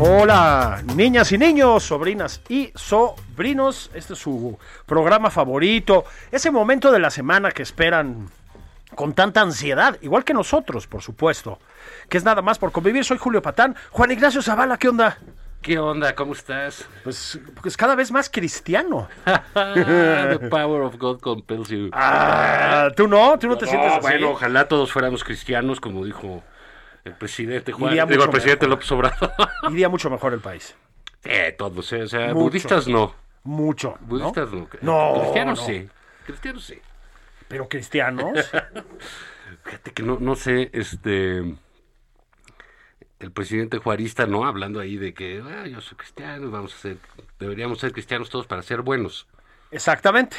Hola, niñas y niños, sobrinas y sobrinos. Este es su programa favorito. Ese momento de la semana que esperan con tanta ansiedad, igual que nosotros, por supuesto. Que es nada más por convivir. Soy Julio Patán. Juan Ignacio Zavala, ¿qué onda? ¿Qué onda? ¿Cómo estás? Pues, pues cada vez más cristiano. The power of God compels you. Ah, ¿Tú no? ¿Tú no te sientes así? bueno, ojalá todos fuéramos cristianos, como dijo el presidente Juan. Iría Digo, mucho el presidente mejor. López Obrador. Iría mucho mejor el país. eh, todos, eh, o sea, Mucho. budistas no. Mucho. ¿no? Budistas no. No, Cristianos no. sí. Cristianos sí. Pero cristianos. Fíjate que no, no sé, este... El presidente juarista, ¿no? Hablando ahí de que, ah, yo soy cristiano, vamos a ser... Deberíamos ser cristianos todos para ser buenos. Exactamente.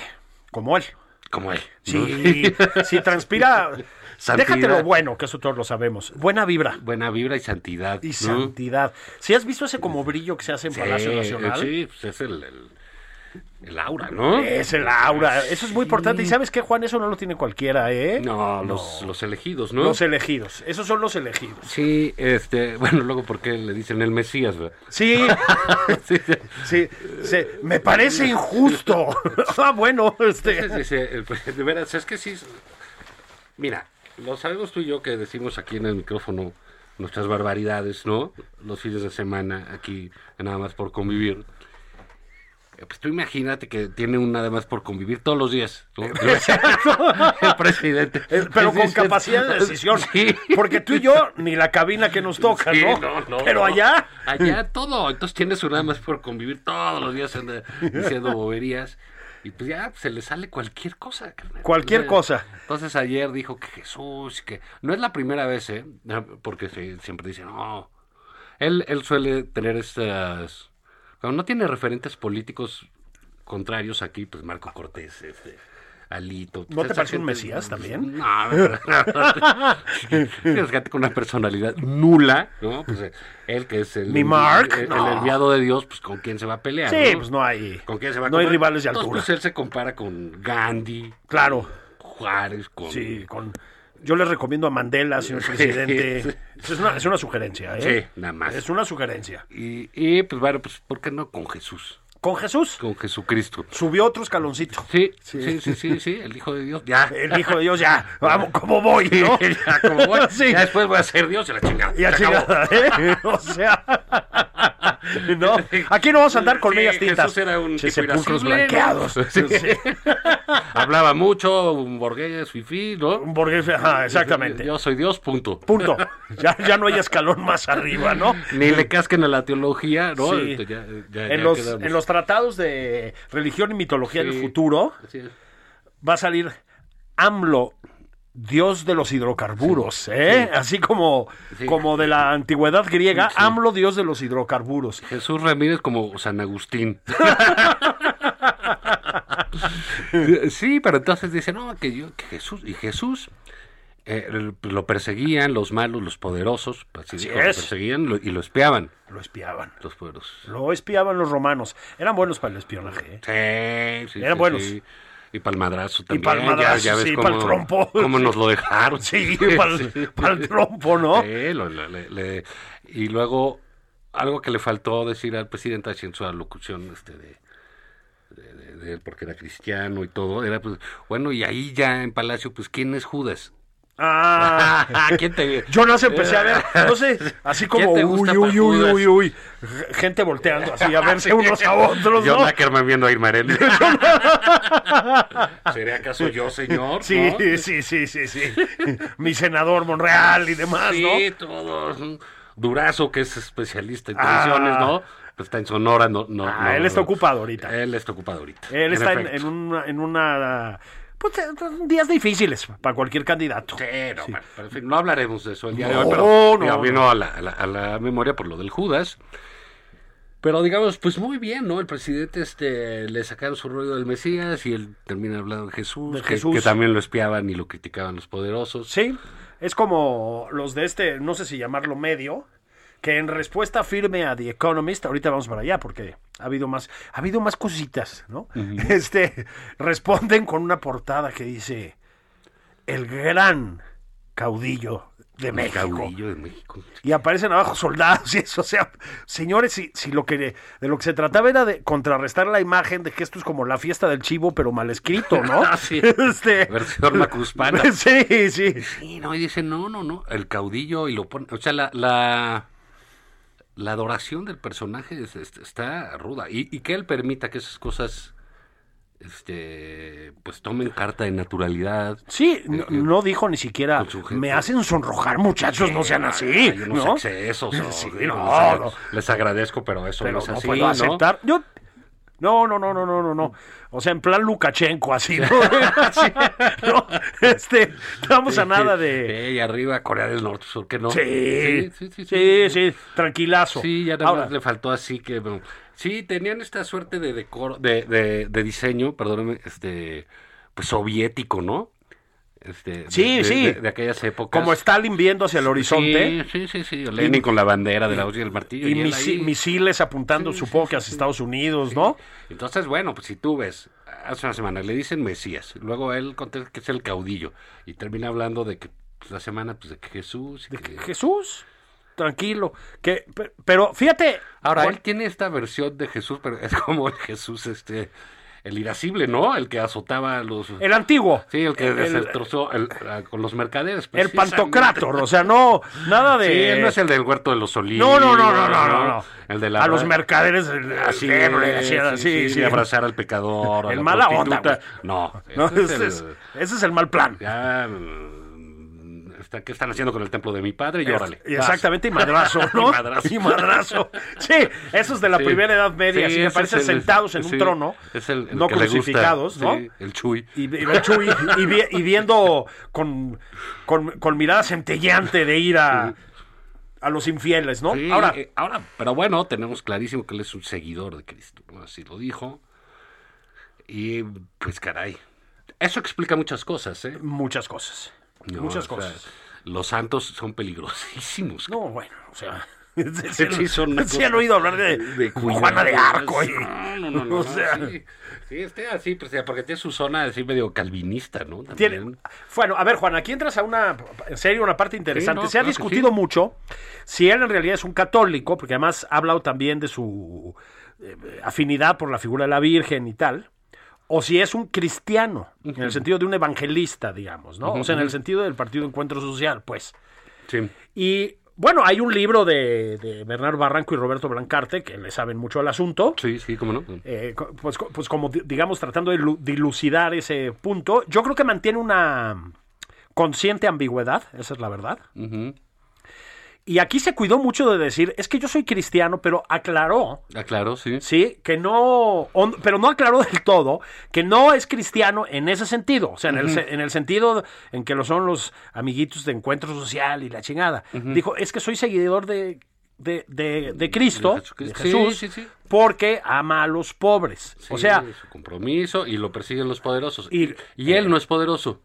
Como él. Como él. ¿no? Sí, sí, transpira. Santidad. Déjate lo bueno, que eso todos lo sabemos. Buena vibra Buena vibra y santidad. y ¿no? santidad. Si has visto ese como brillo que se hace en Palacio Sí, Nacional, Sí, pues es el, el, el aura, ¿no? es el aura. Eso es muy importante. Y sabes qué, Juan, eso no lo tiene cualquiera, ¿eh? No, Los, los elegidos, ¿no? Los elegidos. Esos son los elegidos. Sí, este, bueno, luego porque le dicen el Mesías, ¿verdad? Sí, Sí, sí. sí, sí. Me parece injusto. ah, bueno, Es este. ese, el pre- de veras, es que sí. es- Mira, lo sabemos tú y yo que decimos aquí en el micrófono nuestras barbaridades, ¿no? Los fines de semana aquí, nada más por convivir. Eh, Pues tú imagínate que tiene un nada más por convivir todos los días. ¿no? el presidente. eh, Pero con Sí, sí, capacidad de decisión. Sí. Porque tú y yo, ni la cabina que nos toca, Sí, ¿no? no, no, Pero no. allá, Allá todo. Entonces tienes nada más por convivir todos los días anda diciendo boberías. Y pues ya se le sale cualquier cosa. carnal. Cualquier O sea, cosa. Entonces ayer dijo que Jesús, que no es la primera vez, ¿eh? Porque se- siempre dice, no. Él, él suele tener estas... Cuando no tiene referentes políticos contrarios aquí, pues Marco Cortés, este, Alito. ¿No te esa parece un gente- mesías también? No, Tienes gente con una personalidad nula, ¿no? Pues eh, él que es el, Mi Mark, el, el no. enviado de Dios, pues con quién se va a pelear. sí, pues no hay. ¿Con quién se va a No hay comparar? rivales de Entonces, altura. pues, él se compara con Gandhi, Claro. Juárez, con. Sí, con... Yo les recomiendo a Mandela, señor sí. presidente. Es una, es una sugerencia, ¿eh? Sí, nada más. Es una sugerencia. Y, y, pues bueno, pues ¿por qué no con Jesús? Con Jesús Con Jesucristo. subió otro escaloncito. Sí, sí, sí, sí, sí, el Hijo de Dios. Ya. El hijo de Dios, ya, vamos, ¿cómo voy? Sí, ¿no? ya, como voy, Sí. ya después voy a ser Dios y la chingada. Y a Se acabó. chingada, ¿eh? O sea, no, aquí no vamos a andar con Sí, medias tintas. Jesús era un Che, tipo sepulcros irascible, ¿no? blanqueados. Sí. Hablaba mucho, un borgués, fifí, ¿no? Un burgués, ajá, exactamente. Yo soy Dios, punto. Punto. Ya, ya no hay escalón más arriba, ¿no? Ni le casquen a la teología, ¿no? Sí. Este, ya- ya- en, ya los, quedamos. en los tratados de religión y mitología del Sí. futuro Así es. va a salir AMLO, dios de los hidrocarburos, ¿eh? Así como, Sí. como de la antigüedad griega, AMLO, dios de los hidrocarburos. Jesús Ramírez como San Agustín. sí, pero entonces dice, no, que yo, que Jesús, y Jesús eh, el- lo perseguían los malos, los poderosos, así dijo, lo es. perseguían lo- y lo espiaban, Lo espiaban. los poderosos. Lo espiaban los romanos. Eran buenos para el espionaje, ¿eh? Sí, sí, Eran sí, buenos. sí. Y para el madrazo también. pa'l madrazo, ya, ya ves sí, cómo, pa'l trompo. cómo nos lo dejaron. Sí, para el trompo, ¿no? Sí, lo- lo- le- le- y luego, algo que le faltó decir al presidente Ashe en su alocución, este, de, de- de- de él, porque era cristiano y todo, era pues, bueno, y ahí ya en Palacio, pues, ¿quién es Judas? Ah. ¿Quién te- Eh. Yo no sé, pues, empecé a ver, no sé, así como ¿Quién te uy, gusta uy, para uy, Judas? uy, uy, gente volteando así a verse unos a otros, Yo ¿no? Ackerman viendo a Irma Areli. ¿Sería acaso yo, señor? Sí, ¿No? sí, sí, sí, sí. Mi senador Monreal y demás, ¿no? Sí, todos. Durazo, que es especialista en Ah. televisiones, ¿no? Pues está en Sonora, no, no, Ah, no, él está no. ocupado ahorita. Él está ocupado ahorita. Él está en, efecto. en una, en una, pues, eh, días difíciles para cualquier candidato. Sí, no, bueno, pero en fin, no hablaremos de eso el día de hoy, No, pero no, digo, no. vino A, la, a la- a la memoria por lo del Judas. Pero digamos, pues muy bien, ¿no? El presidente este, le sacaron su rollo del Mesías y él termina hablando de Jesús, De que- Jesús. Que, también lo espiaban y lo criticaban los poderosos. Sí, es como los de este, no sé si llamarlo medio, que en respuesta firme a The Economist, ahorita vamos para allá porque ha habido más, ha habido más cositas, ¿no? Este, responden con una portada que dice, el gran caudillo de El México. caudillo de México. Y aparecen abajo soldados y eso, o sea, señores, si, si lo que de lo que se trataba era de contrarrestar la imagen de que esto es como la fiesta del chivo, pero mal escrito, ¿no? Este, Ah, sí. Versión macuspana. Sí, sí. Sí, no, y dice, no, no, no, el caudillo y lo pone, o sea, la, la, la adoración del personaje es- es- está ruda y, y que él permita que esas cosas, este, pues tomen carta de naturalidad. Sí, n- no dijo ni siquiera, Con su gente. me hacen sonrojar muchachos, no sean así, Hay unos ¿no? excesos, o- Sí, digo, no, les, agra- no. les agradezco, pero eso Pero no es no pues, así, puedo ¿no? aceptar. Yo... No, no, no, no, no, no, no. O sea, en plan Lukashenko, así, ¿no? Así, ¿no? Este, estamos a nada de... Sí, y arriba Corea del Norte, ¿por qué no? Sí, sí, sí. sí, sí, tranquilazo. Sí, ya nada Ahora, más le faltó así que bueno, sí tenían esta suerte de decoro, de, de, de diseño, perdóname, este, pues soviético, ¿no? Este, de- Sí, de, sí. De, de aquellas épocas. como Stalin viendo hacia el horizonte Sí, sí, sí, sí. Lenin con la bandera de la voz y el martillo. y él misi- ahí. misiles apuntando, supongo que hacia Estados Unidos, ¿no? Entonces, bueno, pues si tú ves, hace una semana le dicen Mesías, luego él contesta que es el caudillo y termina hablando de que pues, la semana pues de que Jesús. y De que- que, Jesús, tranquilo. Que, pe- pero fíjate, Ahora, Juan, él tiene esta versión de Jesús, pero es como el Jesús, este, el irascible, ¿no? El que azotaba a los... el antiguo. sí, el que el- destrozó el- a- con los mercaderes. pues El precisamente. pantocrátor, o sea, no, nada de... Sí, él no es el del huerto de los olivos. no, no, no, no, no, no, no. El de la... A los mercaderes, el- Así, el- es, así, sí, así, sí, sí. de abrazar al pecador. a El la mala onda, prostituta. güey. No, No, ese es ese, es, el- ese es el mal plan. ya, mm, está- ¿Qué están haciendo con el templo de mi padre? Y órale. Y Exactamente, y madrazo, vas. ¿no? Y madrazo. Y madrazo. Sí, esos de la Sí. primera edad media, Sí, así me ese parecen es el- sentados en sí, un trono, es el- el no que le gusta, crucificados, ¿no? sí, el chuy. Y, y el Chuy, y, vi- y viendo con, con, con mirada centellante de ir a, a los infieles, ¿no? Sí, Ahora, eh, ahora, pero bueno, tenemos clarísimo que él es un seguidor de Cristo, ¿no? así lo dijo. Y pues caray, eso explica muchas cosas, ¿eh? muchas cosas. No, muchas o sea, cosas. los santos son peligrosísimos. No, bueno, o sea. Sí, Sí, son una sí han cosa- oído hablar de, cuidado. Juana de Arco. Y, No, no, no, no, o no, sea, sí, sí, este así, pues, porque tiene su zona así medio calvinista, ¿no? También. Tiene- bueno, a ver, Juan, aquí entras a una en serio, una parte interesante. Sí, no, Se ha claro que discutido sí. mucho si él en realidad es un católico, porque además ha hablado también de su eh, afinidad por la figura de la Virgen y tal, o si es un cristiano, en el sentido de un evangelista, digamos, ¿no? O sea, en el sentido del Partido Encuentro Social, pues. Sí. Y bueno, hay un libro de, de Bernardo Barranco y Roberto Blancarte, que le saben mucho al asunto Sí, sí, cómo no. eh, co- pues, co- pues como di- digamos tratando de lu- dilucidar ese punto, yo creo que mantiene una consciente ambigüedad, esa es la verdad. Ujú. Y aquí se cuidó mucho de decir, es que yo soy cristiano, pero aclaró, Aclaro, Ah, sí. sí, que no, on- pero no aclaró del todo, que no es cristiano en ese sentido, o sea, en, el, se- en el sentido en que lo son los amiguitos de encuentro social y la chingada. Dijo, es que soy seguidor de... de- de- de Cristo, de De Jesucristo. Sí, Jesús, sí, sí. porque ama a los pobres. o Sí, sea, su compromiso y lo persiguen los poderosos. Y- Y, y él no es poderoso.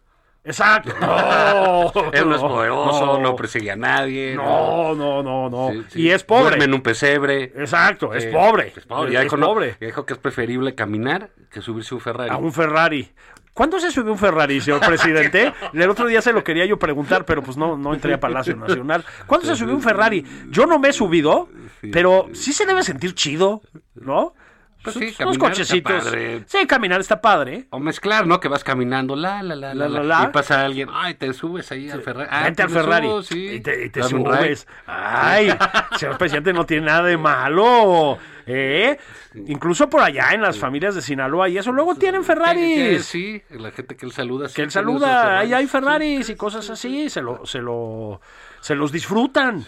Exacto. No, Él no es no, poderoso, no, no. persigue a nadie. No, no, no, no. Sí, sí. Y es pobre. Duerme en un pesebre. Exacto, es Eh, pobre. Es pobre. Es Ya dijo, no, pobre. ya dijo que es preferible caminar que subirse a un Ferrari. A un Ferrari. ¿Cuándo se subió un Ferrari, señor presidente? El otro día se lo quería yo preguntar, pero pues no, no entré a Palacio Nacional. ¿Cuándo se subió un Ferrari? Yo no me he subido, pero sí se debe sentir chido, ¿no? Pues Son- sí, son unos caminar está cochecitos. padre. Sí, caminar está padre. O mezclar, ¿no? Que vas caminando, la, la, la, La, la, la, la, la. y pasa alguien, ay, te subes ahí al Ferrari. Ah, Vente al pues me Ferrari subo, sí. y te, y te Dame un ride. subes. Ay, señor presidente, no tiene nada de malo. ¿eh? Incluso por allá en las familias de Sinaloa y eso, luego tienen Que- que- Ferraris. Sí, la gente que él saluda. sí, Que él tiene sus saluda, Ferraris. ahí hay Ferraris y cosas así, se lo, se lo, se los disfrutan.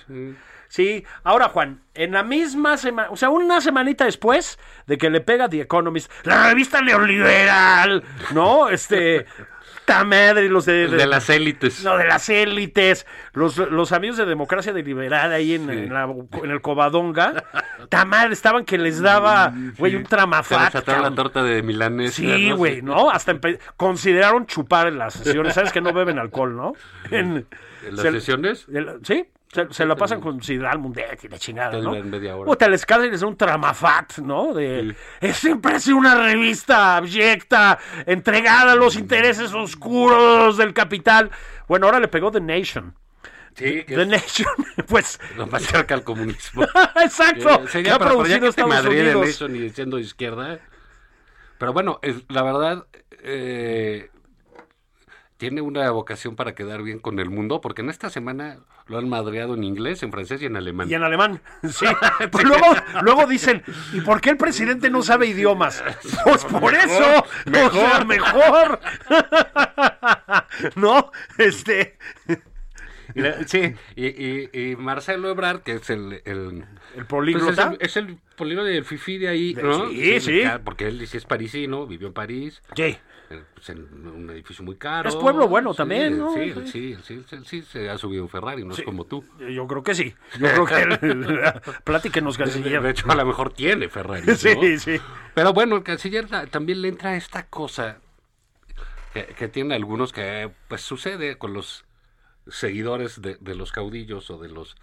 Sí, ahora Juan, en la misma semana, o sea, una semanita después de que le pega The Economist, la revista neoliberal, ¿no? Este, ta madre, los de, De las élites. no, de las élites, los, los amigos de democracia deliberada ahí en, en la- en el Covadonga, tamal, estaban que les daba, güey, un Se les tramafat. ataba la cabrón. torta de milanés. Sí, güey, ¿no? Hasta empe- consideraron chupar en las sesiones. Sabes que no beben alcohol, ¿no? En, ¿En las se- sesiones? el- sí, se, se la pasan considerar mundet y la chingada, Te ¿no? duran media hora. O te les casan y les dan un tramafat, ¿no? De, Es siempre ha sido una revista abyecta, entregada a los intereses oscuros del capital. Bueno, ahora le pegó The Nation. Sí, que The es Nation, pues... lo más cerca al comunismo. Exacto, Eh, que ha sería para para ya producido que te Estados madriden Unidos. eso ni siendo de izquierda. Pero bueno, es- la verdad, eh, tiene una vocación para quedar bien con el mundo, porque en esta semana lo han madreado en inglés, en francés y en alemán. Y en alemán. Sí. Pues luego, luego dicen, ¿y por qué el presidente no sabe idiomas? Pues por eso. Mejor. O sea, mejor. ¿No? Este. Y la- sí, y, y- y Marcelo Ebrard, que es el... el El políglota. pues es el, es el políglota del Fifi de ahí, De- ¿no? sí, sí. ca- Porque él sí es parisino, vivió en París. Sí. eh, pues, en un edificio muy caro. Es pueblo bueno Sí, también, ¿no? Sí, sí, sí, sí, sí, sí, se ha subido un Ferrari, no es como tú. Yo creo que sí. Yo creo que. el- Platíquenos, De canciller. hecho, a lo mejor tiene Ferrari. ¿no? Sí, sí. Pero bueno, el canciller ta- también le entra esta cosa que, que tiene algunos que pues sucede con los seguidores de, de los caudillos o de los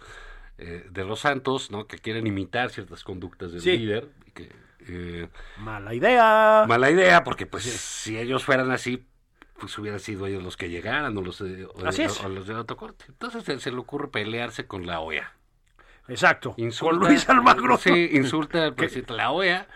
eh, de los santos, ¿no? Que quieren imitar ciertas conductas del Sí. líder. que, eh, Mala idea. mala idea, porque pues si ellos fueran así, pues hubieran sido ellos los que llegaran o los, de- o- Así es. o los de otro corte. Entonces se, se le ocurre pelearse con la OEA. Exacto. Insulta- Con Luis Almagro. Sí, insulta al presidente de la OEA.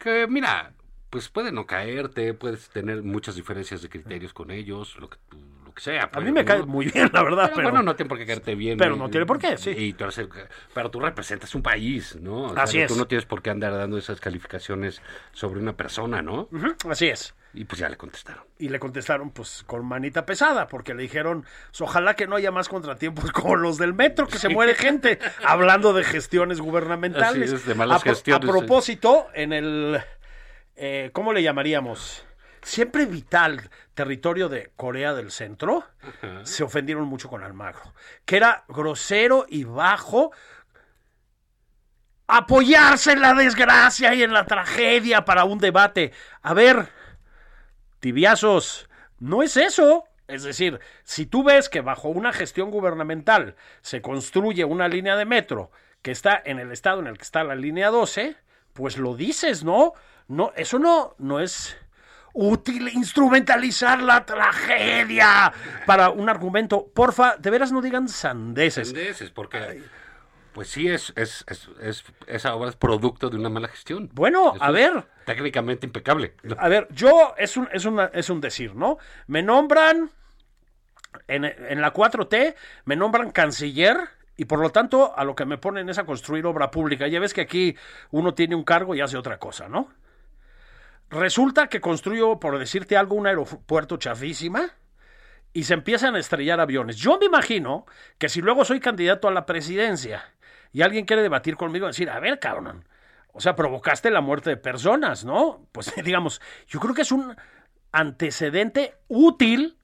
Que mira, pues puede no caerte, puedes tener muchas diferencias de criterios con ellos, lo que, tú- lo que sea. A pero mí me no- cae muy bien, la verdad. pero, Pero, bueno, no tiene por qué caerte bien. pero eh, no tiene por qué, sí. y tú eres el- pero tú representas un país, ¿no? O sea, Así es. Tú no tienes por qué andar dando esas calificaciones sobre una persona, ¿no? Ujú, Así es. Y pues ya le contestaron. Y le contestaron, pues, con manita pesada, porque le dijeron, "So, ojalá que no haya más contratiempos como los del metro, que se muere gente, hablando de gestiones gubernamentales. Así es, de malas a, pro- a gestiones, sí. propósito, en el, eh, ¿cómo le llamaríamos? Siempre vital territorio de Corea del Centro, se ofendieron mucho con Almagro, que era grosero y bajo apoyarse en la desgracia y en la tragedia para un debate. A ver, tibiazos, no es eso. Es decir, si tú ves que bajo una gestión gubernamental se construye una línea de metro que está en el estado en el que está la línea 12, pues lo dices, ¿no? No, eso no, no es útil instrumentalizar la tragedia para un argumento. Porfa, de veras no digan sandeces. Sandeces, porque pues sí es, es, es- es- esa obra es producto de una mala gestión. Bueno, Eso a es ver. Técnicamente impecable. A ver, yo es un, es una- es un decir, ¿no? Me nombran en, en la 4T, me nombran canciller y por lo tanto a lo que me ponen es a construir obra pública. Ya ves que aquí uno tiene un cargo y hace otra cosa, ¿no? Resulta que construyo, por decirte algo, un aeropuerto chafísima y se empiezan a estrellar aviones. Yo me imagino que si luego soy candidato a la presidencia y alguien quiere debatir conmigo, decir, a ver, cabrón, o sea, provocaste la muerte de personas, ¿no? Pues digamos, yo creo que es un antecedente útil,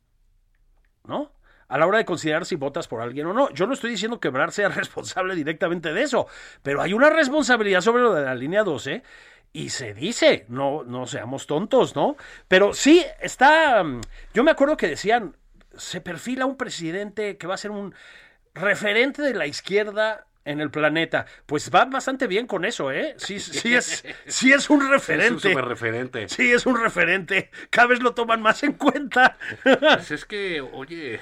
¿no? A la hora de considerar si votas por alguien o no. Yo no estoy diciendo que Ebrard sea responsable directamente de eso, pero hay una responsabilidad sobre lo de la línea 12 y se dice, no, no seamos tontos, ¿no? Pero sí está, mm, yo me acuerdo que decían, se perfila un presidente que va a ser un referente de la izquierda en el planeta. Pues va bastante bien con eso, ¿eh? Sí, sí es, sí es un Es un referente. superreferente. Sí, es un referente. Cada vez lo toman más en cuenta. Pues es que, oye,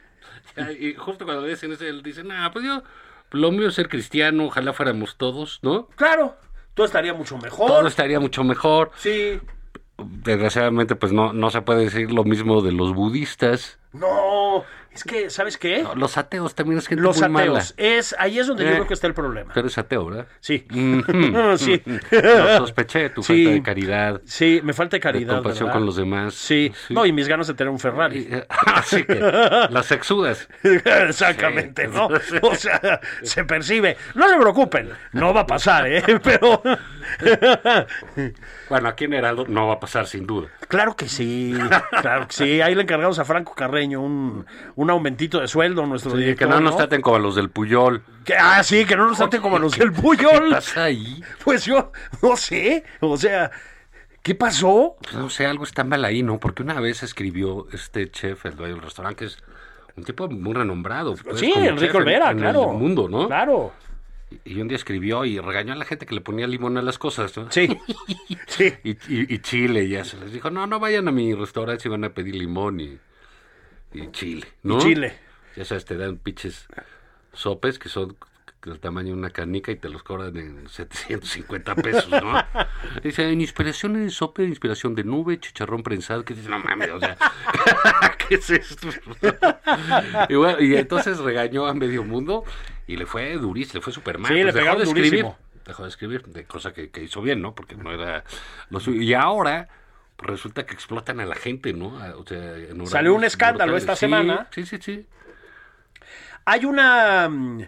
ya, y justo cuando le dicen eso, él dice, nah, pues yo, lo mío es ser cristiano, ojalá fuéramos todos, ¿no? claro, todo estaría mucho Todo mejor. estaría mucho mejor. Sí. Desgraciadamente, pues no, no se puede decir lo mismo de los budistas. No, es que, ¿sabes qué? No, Los ateos también es gente Los muy mala. ateos. Es, ahí es donde yo Eh. creo que está el problema. Tú eres ateo, ¿verdad? Sí. Ujú. sí. Lo sospeché de tu Ah. Sí. falta de caridad, Sí, me falta de caridad. compasión ¿verdad? con los demás. Sí. no, y mis ganas de tener un Ferrari. Y- eh, Así que las exudas. Exactamente, Sí. ¿no? O sea, se percibe. No se preocupen, no va a pasar, ¿eh? Pero Bueno, aquí en Heraldo no va a pasar sin duda. claro que sí, claro que sí. Ahí le encargamos a Franco Carreño un, un aumentito de sueldo, nuestro Y director. que no nos ¿no? traten como a los del Puyol. Que- ah, sí, que no nos traten como los del ¿Qué Puyol. pasa ahí? Pues yo no sé, o sea, ¿qué pasó? Pues no sé, algo está mal ahí, ¿no? Porque una vez escribió este chef, el dueño del restaurante, que es un tipo muy renombrado. pues, sí, como chef Enrique en- Olvera, en claro. el mundo, ¿no? Claro. Y un día escribió y regañó a la gente que le ponía limón a las cosas, ¿no? Sí. sí. Y, y- y chile, y ya se les dijo, no, no vayan a mi restaurante si van a pedir limón y, y chile, ¿no? Y chile. Ya sabes, te dan pinches sopes que son del tamaño de una canica y te los cobran en 750 pesos, ¿no? Dice, en inspiración en sope, en inspiración de nube, chicharrón prensado, que dice, no mames, o sea, ¿qué es esto? y bueno, y entonces regañó a medio mundo y le fue durísimo, le fue súper mal. Sí, le dejó pegaron de escribir, durísimo. dejó de escribir, de cosa que, que hizo bien, ¿no? Porque no era lo suyo. Y ahora pues, resulta que explotan a la gente, ¿no? A- O sea, en Salió un horarios escándalo brutales. esta Sí, semana. Sí, sí, sí. Hay una... mm,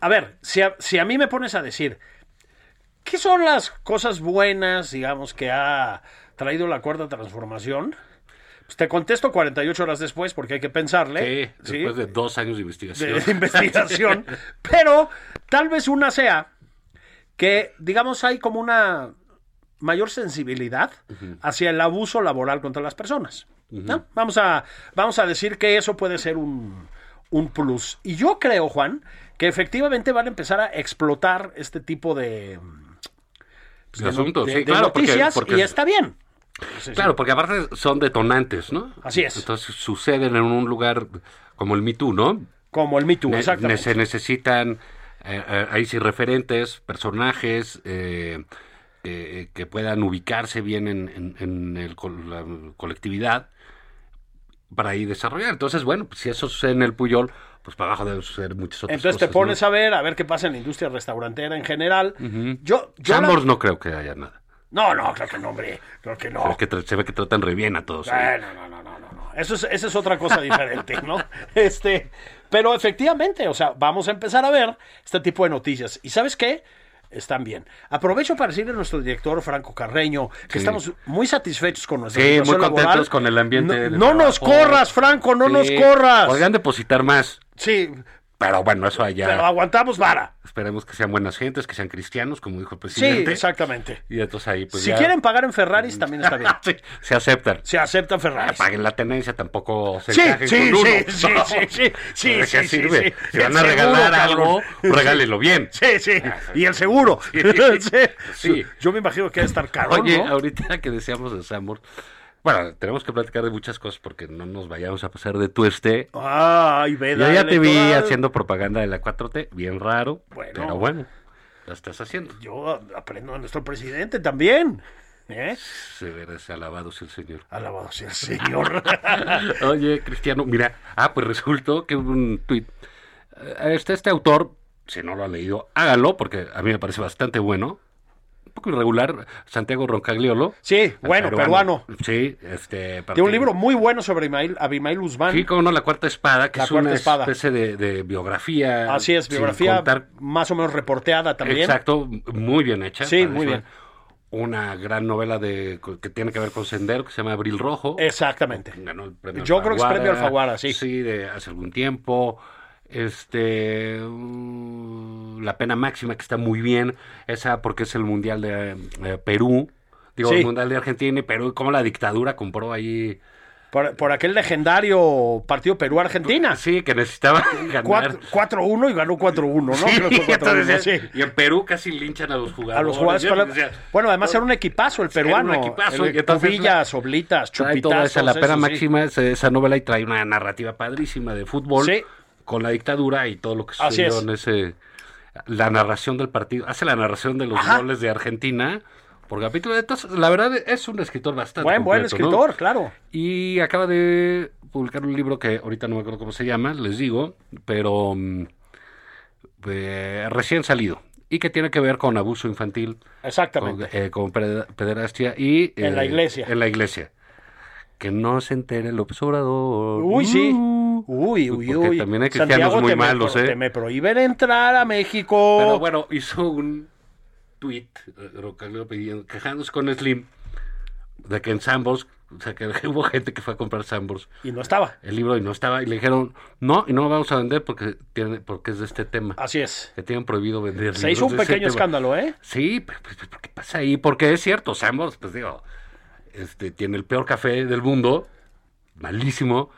A ver, si a, si a mí me pones a decir, ¿qué son las cosas buenas, digamos, que ha traído la cuarta transformación? Pues te contesto 48 horas después porque hay que pensarle. Sí, después de dos años de Eh, de, investigación. investigación. Pero tal vez una sea que, digamos, hay como una mayor sensibilidad hacia el abuso laboral contra las personas. ¿no? vamos, a, vamos a decir que eso puede ser un, un plus. Y yo creo, Juan, que efectivamente van a empezar a explotar este tipo de, pues, De asunto, de- sí, de claro, porque- noticias porque, y está bien. claro, porque aparte son detonantes, ¿no? Así es. Entonces suceden en un lugar como el Me Too, ¿no? Como el Me Too, Ne- ne- exactamente. se necesitan eh, eh, ahí sí referentes, personajes eh, eh, que puedan ubicarse bien en, en- en el co- la colectividad para ahí desarrollar. Entonces, bueno, pues, si eso sucede en el Puyol, pues para abajo deben suceder muchas otras Entonces te pones a ver, a ver qué pasa en la industria restaurantera en general. Yo, yo la- Chambers no creo que haya nada. No, no, creo que no, hombre. Creo que Se no. ve que, tra- se ve que tratan re bien a todos. Eh, no, no, no, no, no, no. Eso es, esa es otra cosa diferente, ¿no? Este, pero efectivamente, o sea, vamos a empezar a ver este tipo de noticias. ¿Y sabes qué? Están bien. Aprovecho para decirle a nuestro director Franco Carreño que estamos muy satisfechos con nuestra Sí, muy situación contentos laboral. con el ambiente. de No, no nos trabajo. corras, Franco, no Sí. nos corras. Podrían depositar más, sí, pero bueno, eso allá. pero aguantamos vara. Esperemos que sean buenas gentes, que sean cristianos, como dijo el Sí, presidente. exactamente. Y entonces ahí, pues. Si ya- quieren pagar en Ferraris, también está bien. Sí, se aceptan. Se aceptan Ah, Ferraris. Paguen la tenencia, tampoco se Sí, encajen sí, con uno. sí, sí, No. sí, sí, sí, ¿De qué sí, sirve? sí, sí. Si van a El seguro, regalar cabrón. algo, regálenlo bien. Sí, Ah, sí. Y el seguro. Sí. Sí. Sí. Yo me imagino que debe estar caro. Oye, ¿no? ahorita que decíamos de Samur, bueno, tenemos que platicar de muchas cosas porque no nos vayamos a pasar de tueste. Ay, veda. Yo ya te vi electoral. haciendo propaganda de la 4T, bien raro, Bueno. pero bueno, la estás haciendo. Yo aprendo a nuestro presidente también. ¿Eh? Se verá ese alabado sea el Señor. Alabado sea el Señor. Oye, Cristiano, mira, ah, pues resultó que hubo un tuit. Eh, Está este autor, si no lo ha leído, hágalo, porque a mí me parece bastante bueno. Un poco irregular, Santiago Roncagliolo. Eh, Sí, bueno, peruano. Sí, este. Tiene un partido- libro muy bueno sobre Abimail, Abimail Guzmán. Sí, como no, La Cuarta Espada, que La es una Cuarta Espada. especie de, de biografía. Así es, sin biografía contar- más o menos reporteada también. Exacto, muy bien hecha. Sí, parece muy bien. Una gran novela de que tiene que ver con Sendero, que se llama Abril Rojo. Eh, Exactamente. Ganó el premio Yo creo que es premio Alfaguara, sí. Sí, de hace algún tiempo. Este. mm, La pena máxima, que está muy bien. Esa, porque es el Mundial de eh, Perú. Digo, Sí. el Mundial de Argentina y Perú. Como la dictadura compró ahí Por, por aquel legendario partido Perú-Argentina. Ah, Sí, que necesitaba ganar. Cuatro- 4-1 y ganó 4-1, ¿no? Sí, Creo que fue 4-1, entonces, sí. Y en Perú casi linchan a los jugadores. A los jugadores. Yo, con la- o sea, bueno, además era un equipazo el peruano. Era un equipazo, Eh, y entonces- Cubillas, oblitas, trae toda chupitazos. esa la pera eso sí. máxima, esa, esa novela, y trae una narrativa padrísima de fútbol Sí. con la dictadura y todo lo que Así sucedió es. en ese. La narración del partido, hace la narración de los Ajá. goles de Argentina por capítulo. Entonces, la verdad es un escritor bastante. Buen, buen completo, ¿no? escritor, claro. Y acaba de publicar un libro que ahorita no me acuerdo cómo se llama, les digo, pero mm, eh, recién salido. Y que tiene que ver con abuso infantil, con, Exactamente. eh, con pede- pederastia y... En la eh, iglesia. En la iglesia. Que no se entere López Obrador. Uy, sí. Uh. Uy, uy, Porque uy. también hay cristianos muy te me malos, pro- ¿eh? te me prohíben entrar a México. Pero bueno, hizo un tweet quejándose con Slim de que en Sambors, o sea, que hubo gente que fue a comprar Sambors Y no estaba. el libro y no estaba y le dijeron no y no lo vamos a vender porque tiene porque es de este tema Así es. que tienen prohibido vender Se libros hizo un de ese pequeño tema. escándalo, ¿eh? sí pero, pues, pues, qué pasa ahí porque es cierto Sambors pues digo este tiene el peor café del mundo malísimo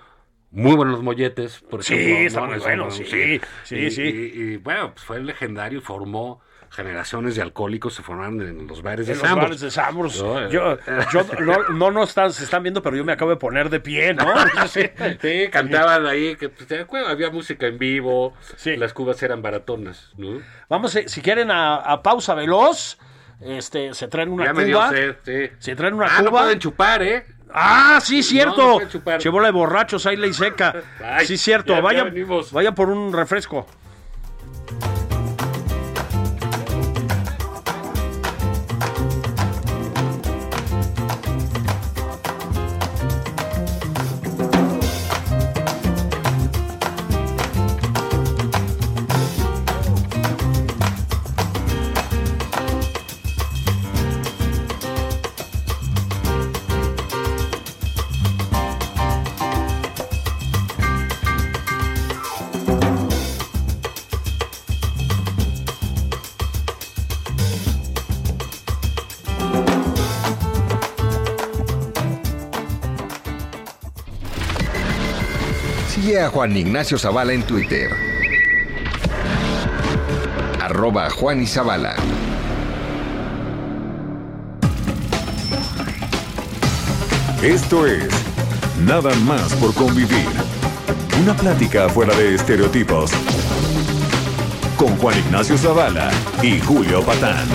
muy buenos molletes por Sí, ejemplo, están muy Es buenos, un- sí, sí, y, sí. y- y, bueno pues fue legendario y formó generaciones de alcohólicos se formaron en los bares de En los Sambors bares de Sambors. No, eh. Yo, yo no, no nos están, se están viendo, pero yo me acabo de poner de pie, ¿no? Sí. Sí, cantaban ahí, que pues, te acuerdas, había música en vivo, Sí. las cubas eran baratonas, ¿no? Vamos, eh, si quieren, a, a pausa veloz. Este, se traen una ya me dio cuba. sed, sí. Se traen una ah, no cuba. pueden chupar, ¿eh? Ah, sí, No, no cierto. pueden chupar. Chebola de borrachos, ahí ley seca. Ay, sí, cierto. ya- ya vayan, venimos. vayan por un refresco. Sigue a Juan Ignacio Zavala en Twitter. Arroba Juan y Zavala. Esto es Nada más por convivir. Una plática fuera de estereotipos. Con Juan Ignacio Zavala y Julio Patán.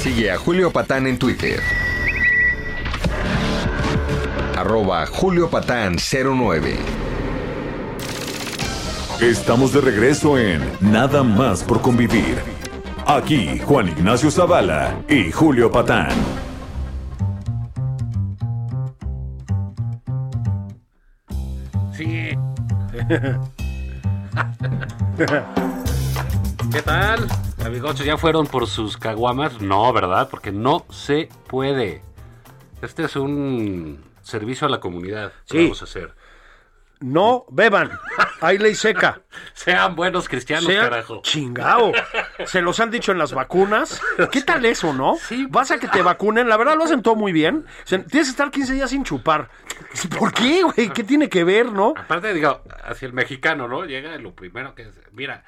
Sigue a Julio Patán en Twitter. Arroba Julio Patán 09. Estamos de regreso en Nada más por convivir. Aquí Juan Ignacio Zavala y Julio Patán. Sí. ¿Qué tal? Amigochos, ¿ya fueron por sus caguamas? No, ¿verdad? Porque no se puede. Este es un servicio a la comunidad que Sí. vamos a hacer. No beban. Hay ley seca. Sean buenos cristianos, Sea carajo. chingao. Se los han dicho en las vacunas. ¿Qué tal eso, no? Sí, pues Vas a que te vacunen. La verdad lo hacen todo muy bien. O sea, tienes que estar 15 días sin chupar. ¿Por qué, güey? ¿Qué tiene que ver, no? Aparte, digo, hacia el mexicano, ¿no? Llega lo primero que es, mira,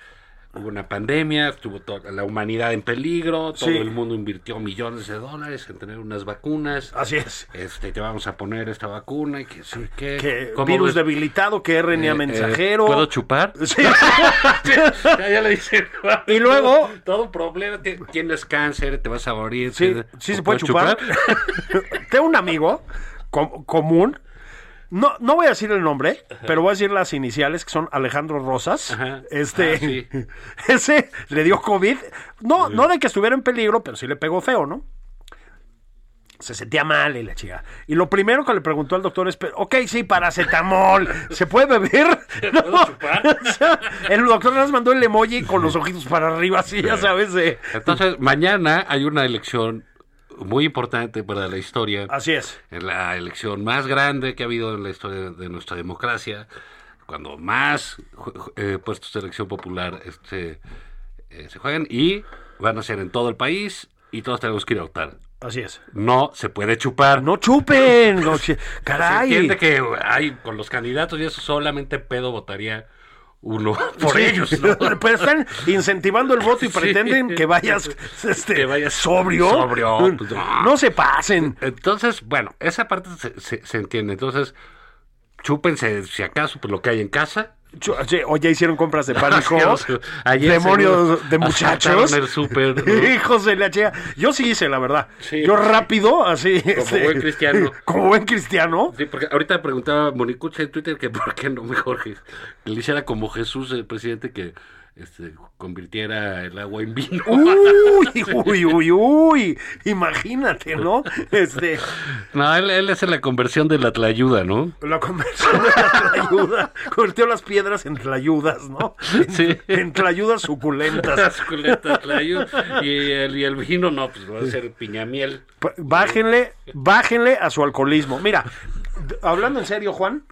hubo una pandemia, estuvo toda la humanidad en peligro, todo Sí. el mundo invirtió millones de dólares en tener unas vacunas. Así es. Este, te vamos a poner esta vacuna y que sí, que... Que ¿Cómo virus ves? debilitado, que RNA Eh, mensajero. eh, ¿Puedo chupar? Sí. ya, ya le dicen. Y luego- Todo, un problema, ti- tienes cáncer, te vas a morir. Sí, tienes- sí se ¿Puedo puede chupar. Tengo un amigo com- común. No, no voy a decir el nombre, pero voy a decir las iniciales que son Alejandro Rosas. Ajá. Este, Ah, sí. ese le dio COVID. No, no de que estuviera en peligro, pero sí le pegó feo, ¿no? Se sentía mal y la chica. Y lo primero que le preguntó al doctor es, "Pero, ok, sí, paracetamol, ¿se puede beber? ¿No? O sea, el doctor nos mandó el emoji con los ojitos para arriba, así, ya sabes. de- Entonces, mañana hay una elección muy importante para la historia. Así es. en la elección más grande que ha habido en la historia de nuestra democracia, cuando más ju- ju- eh, puestos de elección popular este, eh, se juegan y van a ser en todo el país y todos tenemos que ir a votar. Así es. No se puede chupar. No chupen. no chi- Se Caray. entiende que hay con los candidatos y eso solamente pedo votaría uno por Sí. ellos, ¿no? Pero están incentivando el voto y Sí. pretenden que vayas, este, Que vayas sobrio. sobrio, Mm. pues, no. no. se pasen. Entonces, bueno, esa parte se, se- se entiende. Entonces, chúpense, si acaso, pues lo que hay en casa. Chu- oye, Hoy ya hicieron compras de pánico. Ayer seguro Demonios de muchachos. asaltaron el súper, ¿no? Hijos de la chea. Yo sí hice, la verdad. Sí. Yo rápido, así. Como buen cristiano. Como buen cristiano. Sí, porque ahorita preguntaba Monicucha en Twitter que por qué no mejor que que le hiciera como Jesús, el presidente, que este, convirtiera el agua en vino. Uh. Uy, uy, uy, uy. Imagínate, ¿no? Este, No, él, él es en la conversión de la tlayuda, ¿no? la conversión de la tlayuda. Convirtió las piedras en tlayudas, ¿no? En, Sí. en tlayudas suculentas. Las culetas tlayuda. Y el, y el vino, no, pues va a ser piñamiel. P- Bájenle, bájenle a su alcoholismo. Mira, d- hablando en serio, Juan,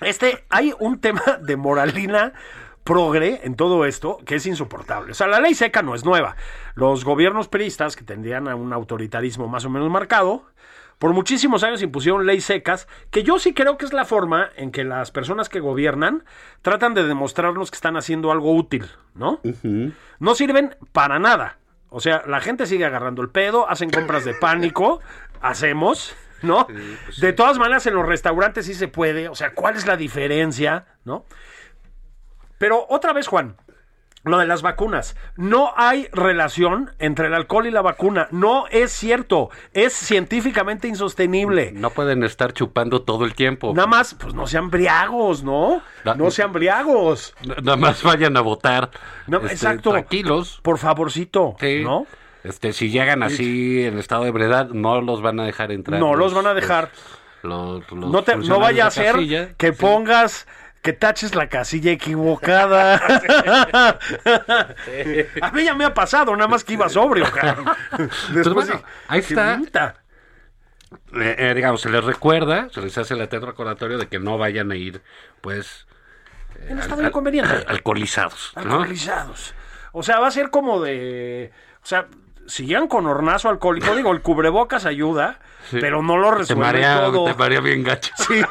este, hay un tema de moralina progre en todo esto que es insoportable. O sea, la ley seca no es nueva. Los gobiernos peristas, que tendrían a un autoritarismo más o menos marcado, por muchísimos años impusieron leyes secas, que yo sí creo que es la forma en que las personas que gobiernan tratan de demostrarnos que están haciendo algo útil, ¿no? no sirven para nada. O sea, la gente sigue agarrando el pedo, hacen compras de pánico, hacemos, ¿no? pues De todas maneras, en los restaurantes sí se puede. O sea, ¿cuál es la diferencia, no? Pero otra vez, Juan, lo de las vacunas. No hay relación entre el alcohol y la vacuna. No es cierto. Es científicamente insostenible. No pueden estar chupando todo el tiempo. Nada más, pues no sean briagos, ¿no? Na- No sean briagos. N- Nada más vayan a votar. No, este, exacto. Tranquilos. Por favorcito, Sí. ¿no? Este, si llegan así en estado de ebriedad, no los van a dejar entrar. No los van a dejar. los- los no, te- no funcionarios vaya de a ser casilla. que Sí. pongas, que taches la casilla equivocada. a mí ya me ha pasado, nada más que iba sobrio, cabrón. Después bueno, dije, ahí "Qué está. puta". Eh, eh, digamos, se les recuerda, se les hace el atento recordatorio de que no vayan a ir, pues, En estado inconveniente. alcoholizados. ¿no? Alcoholizados. O sea, va a ser como de. O sea, sigan con hornazo alcohólico. Digo, el cubrebocas ayuda, Sí. pero no lo Te resuelve marea, todo. te marea bien gacho. Sí,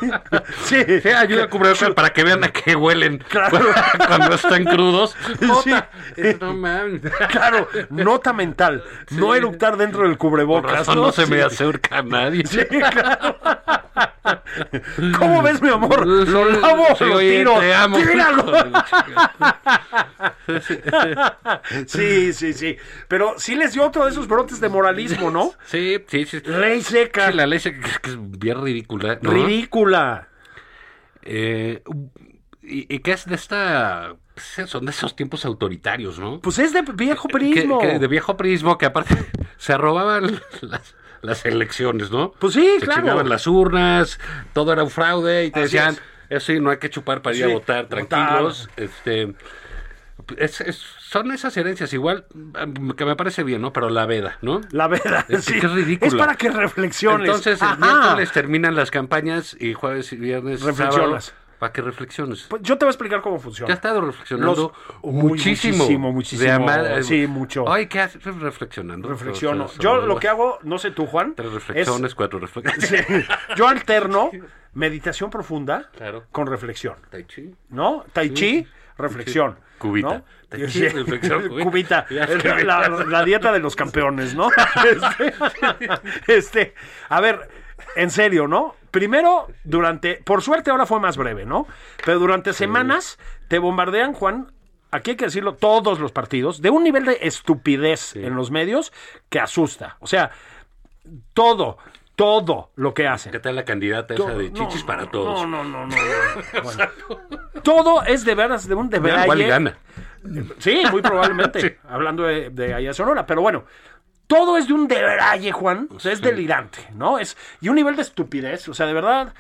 sí. Sí, ayuda a cubrir para que vean a qué huelen Claro. cuando están crudos. Jota, eh, No mames. Claro, nota mental. No eructar dentro del Por cubrebocas. razón no se me Sí. acerca a nadie. Sí, claro. ¿Cómo ves, mi amor? Lo Sí, lavo, sí, lo oye, tiro. Te amo. Tíralo. Sí, sí, sí. Pero sí les dio otro de esos brotes de moralismo, ¿no? Sí, sí, sí. Ley seca. Sí, la ley se- que es, que es bien ridícula. ¿no? Ridícula. Eh, y, y que es de esta. pues, Son de esos tiempos autoritarios, ¿no? Pues es de viejo Que- prismo. que de viejo prismo, que aparte se robaban las, las elecciones, ¿no? Pues sí, se claro. chingaban las urnas, todo era un fraude y te Así decían, es. eso sí, no hay que chupar para ir Sí, a votar, votar. tranquilos. Este, es- es- son esas herencias, igual mm, que me parece bien, ¿no? Pero la veda, ¿no? La verdad, Es que sí. qué ridícula. Es para que reflexiones. Entonces, el Ajá. miércoles terminan las campañas y jueves y viernes. Reflexionas. Para que reflexiones. Pues yo te voy a explicar cómo funciona. Ya he estado reflexionando Los- Uy, muchísimo. muchísimo, muchísimo. de amar- eh, Sí, mucho. Ay, ¿qué haces? Reflexionando. Reflexiono. Sobre- Yo sobre- lo que hago, no sé tú, Juan. Tres es- reflexiones, cuatro reflexiones. Sí. Yo alterno meditación profunda Claro. con reflexión, Tai chi. ¿no? Tai chi, reflexión. Cubita. ¿no? Tai chi, reflexión, Cubita. cubita. Ya sé. Es La, la dieta de los campeones, ¿no? Este, este, a ver, en serio, ¿no? Primero, durante, por suerte ahora fue más breve, ¿no? Pero durante semanas te bombardean, Juan, aquí hay que decirlo, todos los partidos, de un nivel de estupidez en los medios que asusta. O sea, todo, todo lo que hacen. ¿Qué tal la candidata esa de No, chichis no, para todos? No, no, no, no. no. Bueno. Todo es de veras de un de Vean cuál gana. Sí, muy probablemente. Sí. Hablando de, de Allá Sonora, pero bueno. Todo es de un deberalle, Juan. O sea, es delirante, ¿no? Es, y un nivel de estupidez. O sea, de verdad,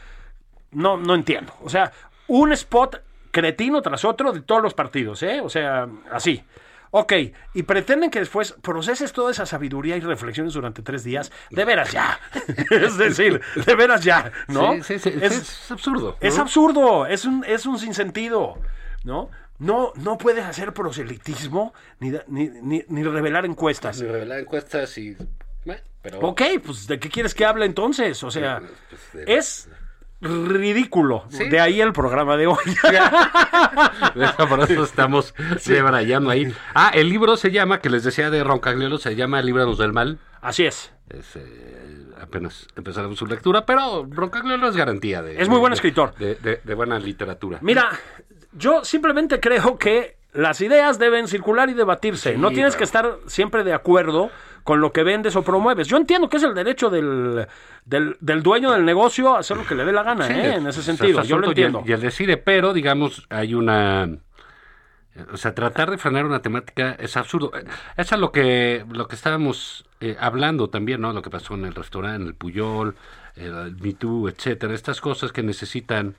no, no entiendo. O sea, un spot cretino tras otro de todos los partidos, ¿eh? O sea, así. Ok, y pretenden que después proceses toda esa sabiduría y reflexiones durante tres días. De veras ya. es decir, de veras ya, ¿no? Sí, sí, sí, sí, es, Es- absurdo. es ¿no? absurdo, es un, es un sinsentido. ¿no? No, no puedes hacer proselitismo ni, da- ni, ni- ni revelar encuestas. Ni revelar encuestas y. Bueno, pero. Ok, pues ¿de qué quieres que hable entonces? O sea, Pues, de- es ridículo. Sí. De ahí el programa de hoy. Por eso estamos debrayando ahí. Ah, el libro se llama, que les decía de Roncagliolo, se llama Líbranos del Mal. Así es. Es, eh, apenas empezaremos su lectura, pero Roncagliolo es garantía de. Es muy buen de- escritor. De, de- de buena literatura. Mira, yo simplemente creo que las ideas deben circular y debatirse. no tienes claro. que estar siempre de acuerdo con lo que vendes o promueves. Yo entiendo que es el derecho del, del, del dueño del negocio a hacer lo que le dé la gana, Sí, ¿eh? en es- ese es sentido. Yo lo asunto y el- entiendo. Y el decide, pero digamos, hay una. O sea, tratar de frenar una temática es absurdo. Eh, Eso es lo que, lo que estábamos eh, hablando también, ¿no? Lo que pasó en el restaurante, en el Puyol, el, el Me Too, etcétera. Estas cosas que necesitan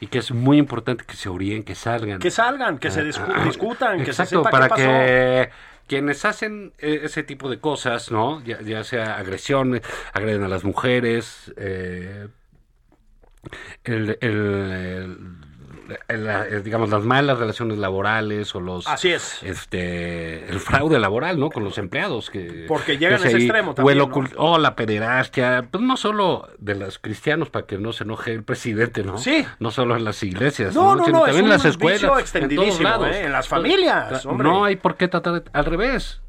y que es muy importante que se oríen, que salgan. Que salgan, que se discu- discutan, que se Ah, Exacto, sepa para qué pasó. que quienes hacen eh, ese tipo de cosas, ¿no? Ya, ya sea agresión, agreden a las mujeres, eh, el, el- el- el- la- eh, digamos las malas relaciones laborales o los Así es. este el fraude laboral no con los empleados que Porque llegan que a ese ahí, extremo o también, el ¿no? ocult- o la pederastia pues no solo de los cristianos para que no se enoje el presidente no Sí. no solo en las iglesias No, no, sino no, es Pues también en un las vicio escuelas en todos extendidísimo, lados. ¿eh? En las familias, Entonces, hombre. no hay por qué tratar de- al revés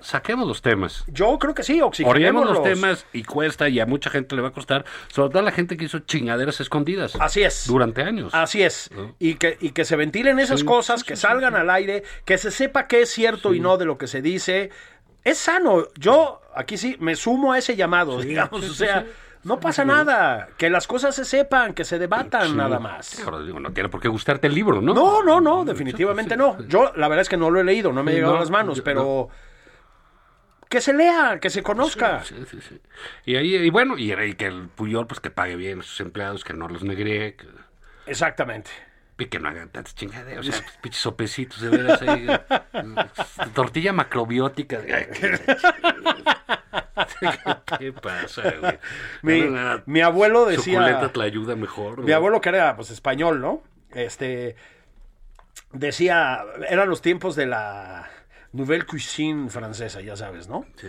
saquemos los temas Yo creo que sí, Oremos los oxigenémoslos. temas y cuesta y a mucha gente le va a costar, sobre todo a la gente que hizo chingaderas escondidas. Así es. Durante años. Así es. pues, ¿No? Y, que, y que se ventilen esas Sí, cosas, sí, que sí, salgan al aire, que se sepa qué es cierto y no de lo que se dice. Es sano. Yo aquí sí me sumo a ese llamado, digamos. sí, o sí, sea, sí. no pasa nada. Que las cosas se sepan, que se debatan nada más. Ahora digo, no tiene por qué gustarte el libro, ¿no? No, no, no, definitivamente Sí, no. sí. Yo la verdad es que no lo he leído, no me ha llegado a No, las manos, yo- pero que se lea, que se conozca. Sí, sí, sí. Y ahí, y bueno, y, y que el Puyol pues que pague bien a sus empleados, que no los negre, que, Exactamente. y que no hagan tantas chingaderas, o sea, pues, pinches sopecitos de veras ahí. eh, tortilla macrobiótica. Ay, qué- ¿Qué pasa, güey? Mi- No, no, no. mi abuelo decía- Suculenta te la ayuda mejor. Mi güey. abuelo, que era pues español, ¿no? Este decía, eran los tiempos de la nouvelle cuisine francesa, ya sabes, ¿no? Sí.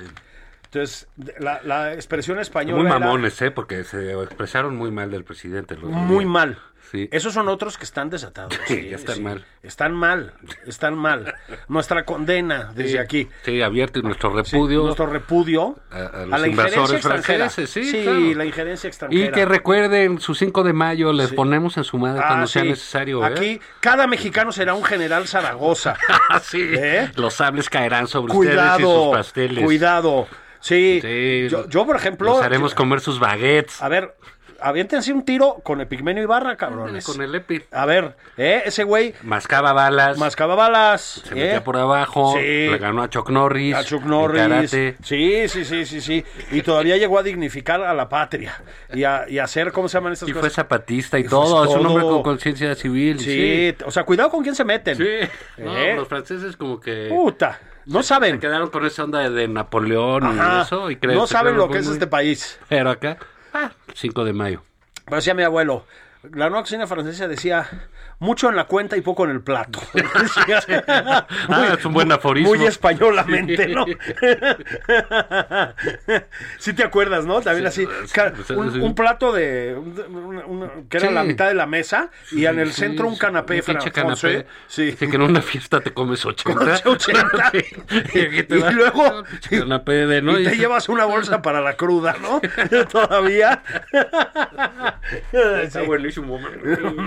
Entonces, de- la, la expresión española Muy era mamones, ¿eh? Porque se expresaron muy mal del presidente. los- muy mal. Sí. Esos son otros que están desatados. Sí, ya están mal. Están mal, están mal. Nuestra condena desde Sí, aquí. Ah, Sí, abierto y nuestro Sí, repudio. nuestro repudio A- a los la injerencia invasores extranjera. franceses, sí, claro. la injerencia extranjera. Y que recuerden, su 5 de mayo les ponemos en su madre Ah, cuando sea sí. necesario. ¿eh? Aquí cada mexicano será un general Zaragoza. Ah, sí. ¿Eh? Los sables caerán sobre ustedes y sus cuidado, pasteles. cuidado. Sí, Sí, yo, yo, por ejemplo, Los haremos comer sus baguettes. a ver, aviéntense un tiro con Epigmenio Ibarra, cabrones. Con el EPI. A ver, ¿eh? ese güey Mascaba balas. mascaba balas, se ¿eh? metía por abajo. Sí. Le ganó a Chuck Norris. a Chuck en Norris. karate. Sí, sí, sí, sí, sí. Y todavía llegó a dignificar a la patria y a, y a hacer, ¿cómo se llaman estas Y fue cosas? zapatista y, Y fue todo. Es un hombre todo. con conciencia civil. Sí, o sea, cuidado con quién se meten. Sí. No, ¿Eh? los franceses como que Puta, no se saben. quedaron con esa onda de, de Napoleón Ajá, y eso. Y creen- no se saben creen lo que muy- es este país. Pero acá, ah, 5 de mayo. Pero decía mi abuelo, la nueva cocina francesa decía mucho en la cuenta y poco en el plato. Decía, Ah, es un buen aforismo. Muy españolamente, ¿no? sí te acuerdas, ¿no? También Sí, así, sí, ca- sí. un, un plato de... un- un- que era Sí. la mitad de la mesa y en el Sí, centro un sí, canapé un pinche fran- canapé. francés. Sí. Dice que en una fiesta te comes 80. 80. Sí. y aquí te Y da luego- un pinche canapé de, ¿no? y te dices, llevas una bolsa para la cruda, ¿no? Todavía. Está buenísimo. hombre.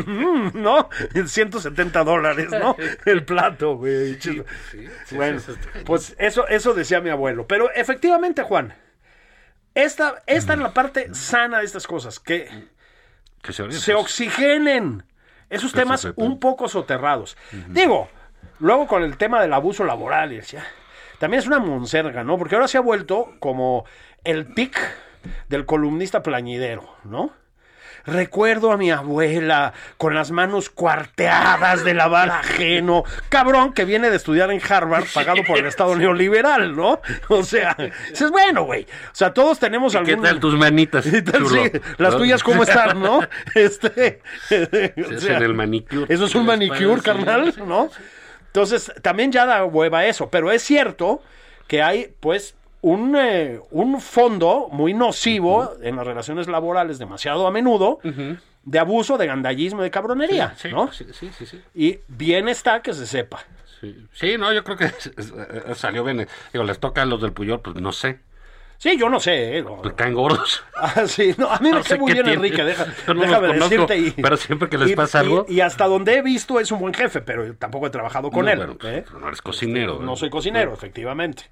Mm, ¿no? 170 dólares, ¿no? El plato, güey. bueno, pues eso, eso decía mi abuelo. Pero efectivamente, Juan, esta, esta es la parte sana de estas cosas, que Que se, pues. se oxigenen esos temas sepan. un poco soterrados. Digo, luego con el tema del abuso laboral, y decía, también es una monserga, ¿no? Porque ahora se ha vuelto como el tic del columnista plañidero, ¿no? Recuerdo a mi abuela con las manos cuarteadas de lavar ajeno. Cabrón que viene de estudiar en Harvard, pagado por el Estado neoliberal, ¿no? O sea, es bueno, güey. O sea, todos tenemos ¿Qué algún... tal tus manitas? ¿Qué tal, churro? sí? las ¿No? tuyas, ¿cómo están, no? Este. Se o hacen sea, el manicure. Eso es un Les manicure, parece, carnal, sí, ¿no? Entonces, también ya da hueva eso, pero es cierto que hay, pues, un, eh, un fondo muy nocivo en las relaciones laborales demasiado a menudo de abuso, de gandallismo, de cabronería, Sí, ¿no? sí, sí, sí, sí. Y bien está que se sepa. Sí, Sí, no, yo creo que s- s- salió bien. Digo, les toca a los del Puyol, pues no sé. Sí, yo no sé, ¿eh? No, Pues caen gordos. Ah, sí, no, a mí me No sé cae muy qué bien tiene. Enrique, deja- Yo no los déjame conozco, decirte. Y, pero siempre que les y- pasa y- algo- Y hasta donde he visto es un buen jefe, pero tampoco he trabajado con No, él. bueno, pues, ¿eh? no eres cocinero. No ¿eh? soy cocinero, efectivamente.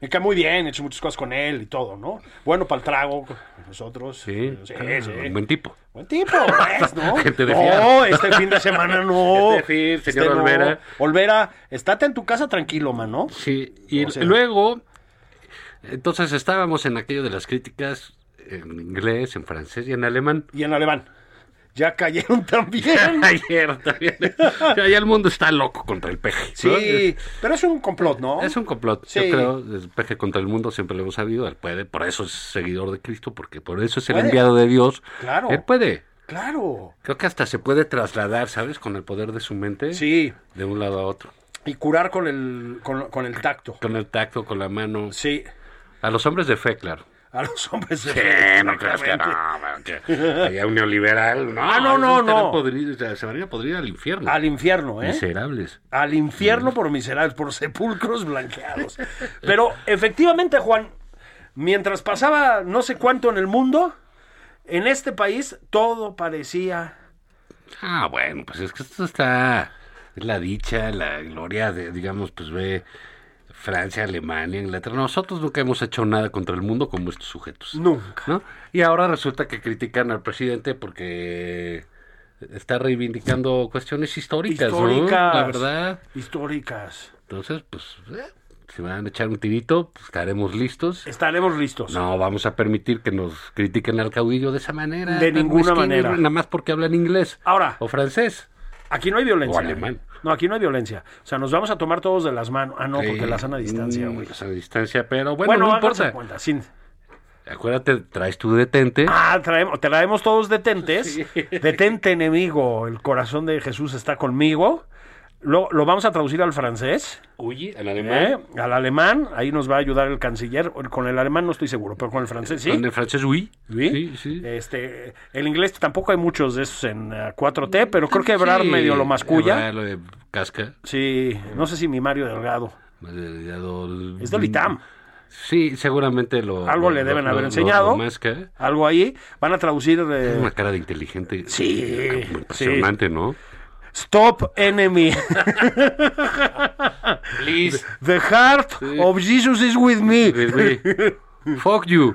Me cae muy bien, he hecho muchas cosas con él y todo, ¿no? Bueno para el trago, nosotros. Eh, Sí, sí, claro, sí. buen tipo. Buen tipo, ¿ves, ¿no? Gente de no, fiar. este fin de semana no. Este Gente de fiar, Este señor no. Olvera. Olvera, estate en tu casa tranquilo, mano. Sí, y O sea- luego, entonces estábamos en aquello de las críticas en inglés, en francés y en alemán. Y en alemán. Ya cayeron también. Ayer también. O sea, ya el mundo está loco contra el peje. ¿no? Sí, pero es un complot, ¿no? Es un complot, Sí. yo creo, el peje contra el mundo siempre lo hemos sabido, él puede, por eso es seguidor de Cristo, porque por eso es el Puede. enviado de Dios. Claro. Él puede, Claro. creo que hasta se puede trasladar, ¿sabes? Con el poder de su mente, Sí. de un lado a otro, Y curar con el, con, con el tacto. con el tacto, con la mano, Sí. a los hombres de fe, claro. A los hombres de Sí, no creas que no, pero que haya un neoliberal. No, Ah, no, no, esos no. estarán podridos, o sea, se van a ir a podrir al infierno. Al infierno, ¿eh? Miserables. Al infierno por miserables, por sepulcros blanqueados. Pero efectivamente, Juan, mientras pasaba no sé cuánto en el mundo, en este país todo parecía. Ah, bueno, pues es que esto está. Es la dicha, la gloria de, digamos, pues ve Francia, Alemania, Inglaterra. Nosotros nunca hemos hecho nada contra el mundo como estos sujetos. Nunca. ¿no? Y ahora resulta que critican al presidente porque está reivindicando cuestiones históricas, ¿no? Históricas. La verdad. Históricas. Entonces, pues, eh, si van a echar un tirito, pues estaremos listos. Estaremos listos. No vamos a permitir que nos critiquen al caudillo de esa manera. De tan ninguna mezquino, manera. Nada más porque hablan inglés. Ahora. O francés. Aquí no hay violencia. O alemán. No, aquí no hay violencia. O sea, nos vamos a tomar todos de las manos. Ah, no, porque Sí, la sana distancia, mm, güey. La sana distancia, pero bueno, Bueno, no háganse importa. cuenta, sin- Acuérdate, traes tu detente. Ah, traemos, traemos todos detentes. Detente, enemigo. El corazón de Jesús está conmigo. Lo, lo vamos a traducir al francés, Huye, al ¿eh? al alemán. Ahí nos va a ayudar el canciller. Con el alemán no estoy seguro, pero con el francés sí. Con el francés, huye. ¿Sí? Sí, sí. Este, el inglés tampoco hay muchos de esos en eh, 4T, pero creo que Ebrar Sí, eh, medio lo masculla. Ebrard lo de casca. Sí, no sé si mi Mario Delgado. de- de- de- Es del ITAM. Sí, seguramente lo. Algo lo- le lo- deben lo- haber lo- enseñado. Eh. lo masca. Algo ahí. Van a traducir. eh, Tiene una cara de inteligente. Sí, eh, como sí. Impresionante, ¿no? Stop enemy. Please. The heart of Jesus is with me. Fuck you.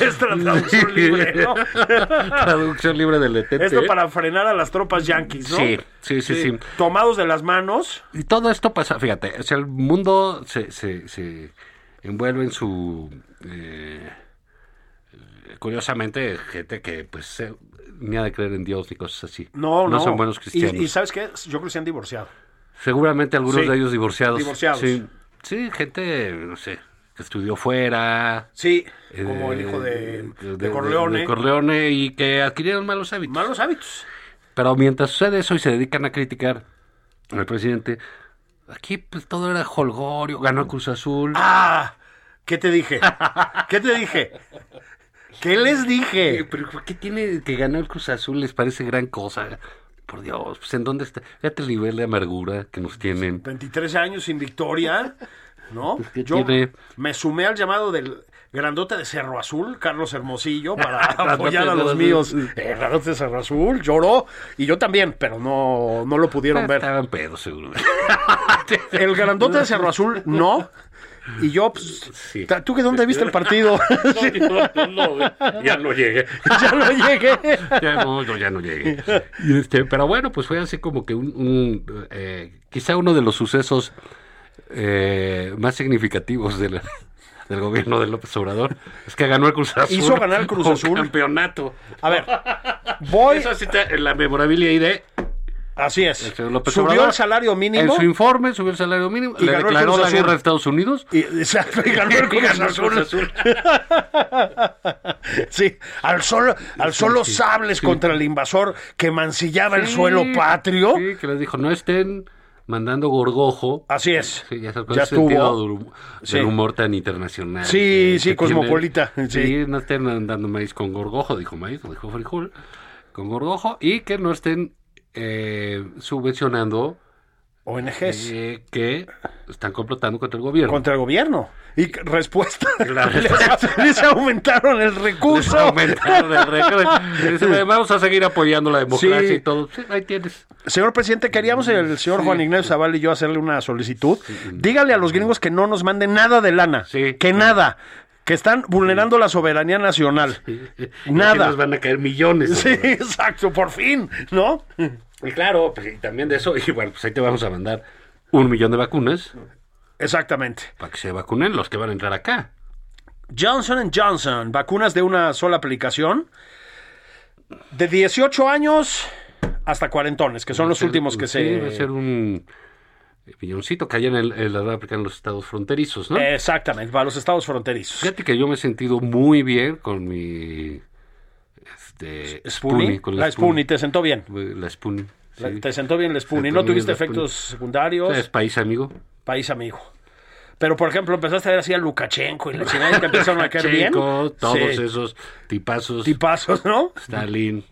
es la traducción libre, ¿no? Traducción libre del ETT. Esto para frenar a las tropas yanquis, ¿no? Sí, sí, sí, sí. Tomados de las manos. Y todo esto pasa, fíjate, o sea, el mundo se, se, se envuelve en su... eh, curiosamente, gente que pues se, ni ha de creer en Dios ni cosas así. No, no. son buenos cristianos. Y, y ¿sabes qué? Yo creo que se han divorciado. Seguramente algunos Sí. de ellos divorciados. Divorciados. Sí. Sí, gente, no sé, que estudió fuera. Sí, eh, como el hijo de, de, de- Corleone. de Corleone y que adquirieron malos hábitos. Malos hábitos. Pero mientras sucede eso y se dedican a criticar al presidente, aquí pues todo era holgorio, ganó el Cruz Azul. ¡Ah! ¿Qué te dije? ¿Qué te dije? ¿Qué les Eh, dije? Pero ¿por qué tiene que ganar el Cruz Azul? ¿Les parece gran cosa? Por Dios, pues ¿en dónde está? Fíjate el nivel de amargura que nos tienen. 23 años sin victoria, ¿no? que Yo Pues, tiene- me sumé al llamado del grandote de Cerro Azul, Carlos Hermosillo, para Grandote apoyar de a los Cerro míos. Azul. El grandote de Cerro Azul lloró, y yo también, pero no, no lo pudieron ver. Estaban pedos, seguro. El grandote de Cerro Azul, no. Y yo, pues, Sí. ta- ¿tú que dónde viste el partido? ya no llegué. ya no llegué. Ya no, yo ya no llegué. Y este, pero bueno, pues fue así como que un, un, eh, quizá uno de los sucesos eh, más significativos de la, del gobierno de López Obrador es que ganó el Cruz Azul. Hizo ganar el Cruz con Azul. Campeonato. A ver, voy. Esa sí te- la memorabilia ahí de Así es. el señor Este, López Subió Obrador. el salario mínimo. En su informe subió el salario mínimo. Y le ganó el declaró Cruz la Azul. guerra a Estados Unidos. Y, y se- y ganó el Y Cruz ganó el Azul. Cruz Azul. Sí, al solo, al solo sables contra el invasor que mancillaba el suelo patrio. Sí, que les dijo, no estén mandando gorgojo. Así es. Sí, ya, sabes, con ya ese sentido estuvo. del, hum- Sí. del humor tan internacional. Sí, que- sí, que cosmopolita, tienen. sí. no estén andando maíz con gorgojo, dijo maíz, no dijo frijol, con gorgojo, y que no estén eh, subvencionando ONGs. eh, que están complotando contra el gobierno. Contra el gobierno. Y c- respuesta. La les, les aumentaron el Les recurso. aumentaron el récord. Dicen, "Oye, Vamos a seguir apoyando la democracia Sí. y todo. Sí, ahí tienes. Señor presidente, queríamos el señor Juan Ignacio Zavala y yo hacerle una solicitud. Dígale a los gringos que no nos manden nada de lana. Sí. Que nada. Que están vulnerando la soberanía nacional. Y aquí Nada. nos van a caer millones. Sí, exacto, por fin, ¿no? Y claro, pues, y también de eso. Y bueno, pues ahí te vamos a mandar un millón de vacunas Exactamente. para que se vacunen los que van a entrar acá. Johnson Johnson, vacunas de una sola aplicación. De 18 años hasta cuarentones, que son los últimos que Sí, Va a se. ser un milloncito que allá en el, en la aplican los estados fronterizos, Eh, ¿no? Exactamente, para los estados fronterizos. Fíjate que yo me he sentido muy bien con mi. Este, Spoonie, con la Spoonie, te sentó bien. La Spoonie. La- sí. Te sentó bien la Spoonie. Sentó No bien tuviste la Spoonie. efectos secundarios. Es país amigo. País amigo. Pero, por ejemplo, empezaste a ver así a Lukashenko y la chingada y te empezaron a caer bien. Lukashenko, todos Sí. esos tipazos. Tipazos, ¿no? Stalin,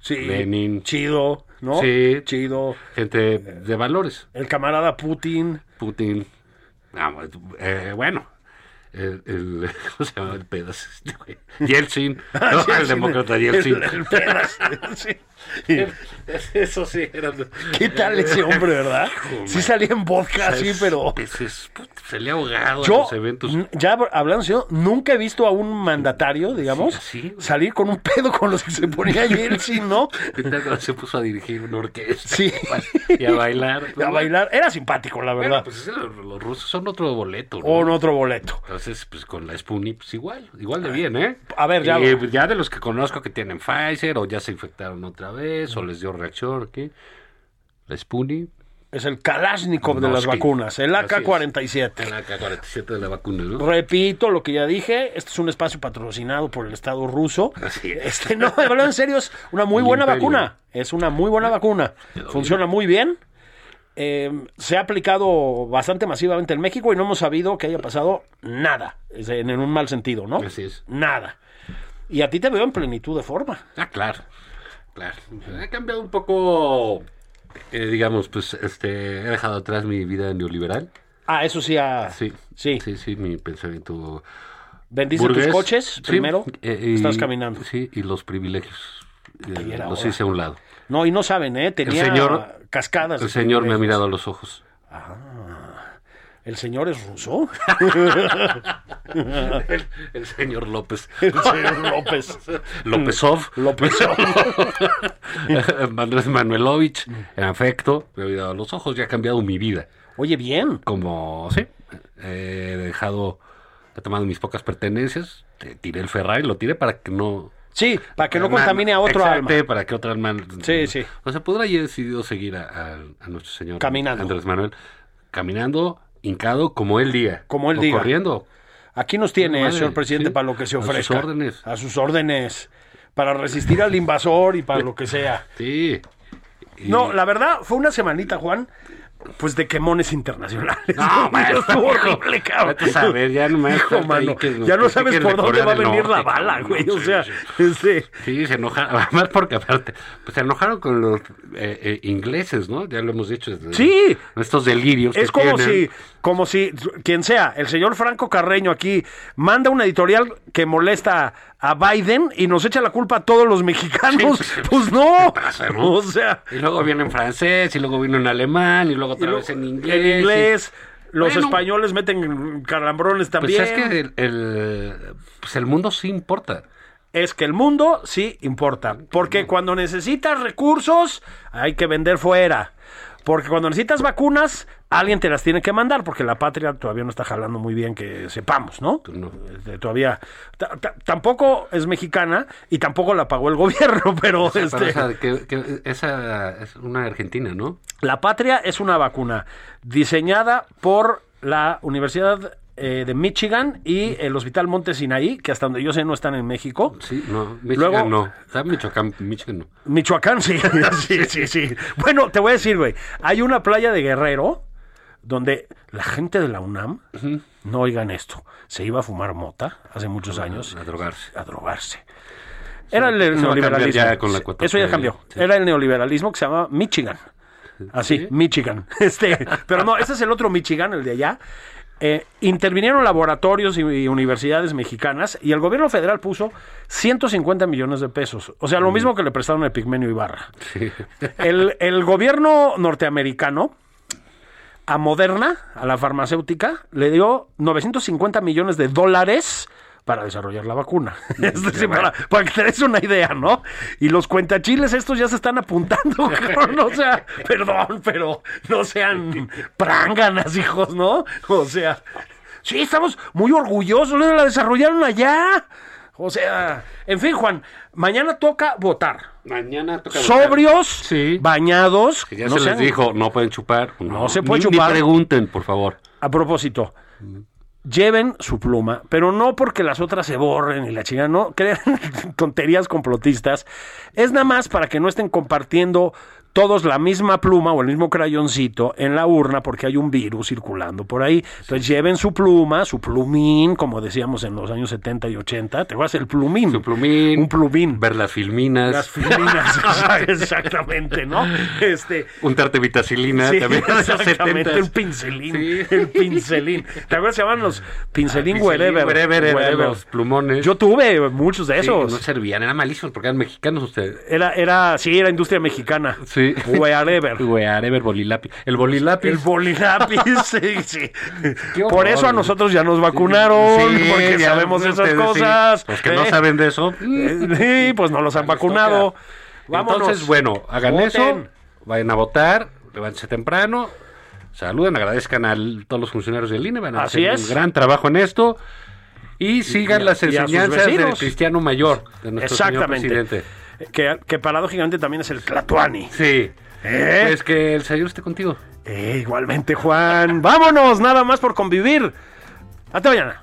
Sí. Lenin. Chido, ¿no? Sí. Chido. gente de valores. El camarada Putin. Putin. Ah, bu- eh, bueno. El, el- ¿Cómo se llama el pedazo? este güey? Yeltsin. ¿no? el demócrata Yeltsin. Ah, El- el pedas, sí. Eso sí, eran. ¿Qué tal ese hombre, verdad? Hijo, Sí man. salía en vodka, sí, pero... Es- es- puta, se le ha ahogado a Yo, los eventos. n- ya hab- hablando yo, nunca he visto a un mandatario, digamos, Sí, así, güey. salir con un pedo con los que se ponía Yeltsin, ¿no? ¿Qué tal cuando se puso a dirigir una orquesta? Sí. Y a bailar. A bailar. Era simpático, la Bueno, verdad. Oh, pues es el- los rusos son otro boleto. ¿no? O en otro boleto. Entonces, pues con la Spoonie, pues igual, igual de bien, ¿eh? A ver, ya- Y, pues, ya de los que conozco que tienen Pfizer, o ya se infectaron otra vez, o les dio reacción, ¿qué? La Spoonie, Es el Kalashnikov de No, las es que- vacunas, el así es. AK-47. la K-47 de la vacuna, ¿no? Repito lo que ya dije, este es un espacio patrocinado por el Estado ruso. Así es. Este, no, hablando en serio, es una muy El buena imperio. vacuna. Es una muy buena vacuna. Funciona muy bien. Eh, se ha aplicado bastante masivamente en México y no hemos sabido que haya pasado nada, es en en un mal sentido, ¿no? Así es. Nada. Y a ti te veo en plenitud de forma. Ah, claro, claro. Ha cambiado un poco, eh, digamos, pues, este, he dejado atrás mi vida neoliberal. Ah, eso sí, ah, Sí. Sí. Sí, sí, mi pensamiento Bendice burgués. tus coches Sí, primero. eh, y- Estás caminando. Sí, y los privilegios. eh, y era los hora. hice a un lado. No, y no saben, ¿eh? Tenía señor- cascadas. El de Señor me ha privilegios. mirado a los ojos. ¿El señor es ruso? El, el señor López. El señor López. Lópezov. López. Andrés Manuelovich, en afecto, me ha olvidado los ojos, ya ha cambiado mi vida. Oye, bien. Como, sí, eh, he dejado, he tomado mis pocas pertenencias, eh, tiré el Ferrari, lo tiré para que no... Sí, para que no Alma- contamine a otro Exacto, alma. para que otra alma... Sí, sí. O sea, podría haber decidido seguir a, a- a nuestro señor Caminando. Andrés Manuel, caminando, hincado, como él diga. Como él O diga. corriendo. Aquí nos tiene, Madre, señor presidente, sí. para lo que se A sus ofrezca. órdenes. A sus órdenes. Para resistir al invasor y para lo que sea. Sí. Y- No, la verdad, fue una semanita, Juan, pues de quemones internacionales. No, maestro. Estuvo horrible, cabrón. Vete a saber, ya no me Hijo, falta ahí mano, que nos ya no critiquen sabes de por dónde Corea va a del venir la Norte, bala, cabrón, güey. O sí, sea, sí. este... Sí, se enojaron, además porque aparte, pues se enojaron con los eh, eh, ingleses, ¿no? Ya lo hemos dicho. desde- Sí. Estos delirios. Es que como tienen. si, como si quien sea, el señor Franco Carreño aquí manda una editorial que molesta a Biden y nos echa la culpa a todos los mexicanos. Sí, pues, pues no. ¿qué pasa, no? O sea, Y luego viene en francés, y luego vino en alemán, y luego otra lo- vez en en inglés. inglés, los Bueno. españoles meten calambrones y- Pues también. es que el, el- pues el mundo sí importa. es que el mundo sí importa. Porque cuando necesitas recursos, hay que vender fuera. Porque cuando necesitas vacunas, alguien te las tiene que mandar, porque la patria todavía no está jalando muy bien que sepamos, ¿no? Pues No. Este, Todavía. ta- ta- Tampoco es mexicana y tampoco la pagó el gobierno, pero. Pero este, esa, que- que- esa es una argentina, ¿no? La Patria es una vacuna diseñada por la Universidad eh, de Michigan y el Hospital Monte Sinaí, que hasta donde yo sé no están en México. Sí, no. Michigan Luego- no. Está Michoacán, Michigan no. Michoacán, sí. sí, sí, sí. Bueno, te voy a decir, güey. Hay una playa de Guerrero donde la gente de la UNAM, no oigan esto, se iba a fumar mota hace muchos años. a drogarse. A drogarse. Era el eso va a neoliberalismo. cambiar ya con la Sí, 4T. Eso ya cambió. Sí. Era el neoliberalismo que se llama Michigan. Así, Michigan. Este, pero no, ese es el otro Michigan, el de allá. Eh, intervinieron laboratorios y, y universidades mexicanas y el gobierno federal puso 150 millones de pesos. O Mm. sea, lo mismo que le prestaron a Pigmenio Ibarra. El, el gobierno norteamericano a Moderna, a la farmacéutica, le dio 950 millones de dólares para desarrollar la vacuna. Mm, Es decir, para, para que te des una idea, ¿no? Y los cuentachiles estos ya se están apuntando, cabrón. O sea, perdón, pero no sean pránganas, hijos, ¿no? O sea, sí, estamos muy orgullosos, la desarrollaron allá. O sea, en fin, Juan, mañana toca votar. Mañana toca. Sobrios, Sí. bañados. Que ya no se les sean- dijo, no pueden chupar. No se puede Ni- chupar. Ni pregunten, por favor. A propósito, lleven su pluma, pero no porque las otras se borren y la chingada, no crean tonterías complotistas. Es nada más para que no estén compartiendo todos la misma pluma o el mismo crayoncito en la urna porque hay un virus circulando por ahí. Entonces lleven su pluma, su plumín, como decíamos en los años 70 y 80. Te vas el plumín. Su plumín. Un plumín. Ver las filminas. Las filinas, exactamente, ¿no? Este, Untarte vitacilina. Sí, también de los exactamente, 70s. el pincelín. Sí. Ah, El pincelín. ¿Te acuerdas se llamaban los pincelín Pincelín, wherever? wherever, eran Wherever. los plumones. Yo tuve muchos de Sí, esos. no servían, eran malísimos porque eran mexicanos ustedes. Era, era, sí, era industria mexicana. Sí. Wherever. Wherever, bolilápiz. El bolilápiz. El bolilápiz, sí, sí. Qué horror, Por eso a güey. nosotros ya nos vacunaron, Sí, porque ya, sabemos esas ustedes sí. cosas. Los que no ¿eh? saben de eso. Sí, pues nos los han les vacunado. toca. Vámonos. Entonces, bueno, hagan Voten. eso, vayan a votar, levántense temprano, saluden, agradezcan a todos los funcionarios del INE, van a Así hacer es. un gran trabajo en esto y sigan las y a sus enseñanzas del vecinos. cristiano mayor, de nuestro señor Exactamente. presidente. Que, que paradójicamente también es el Tlatuani. Sí. ¿Eh? Pues que el Señor esté contigo. Eh, igualmente, Juan. Vámonos, nada más por convivir. Hasta mañana.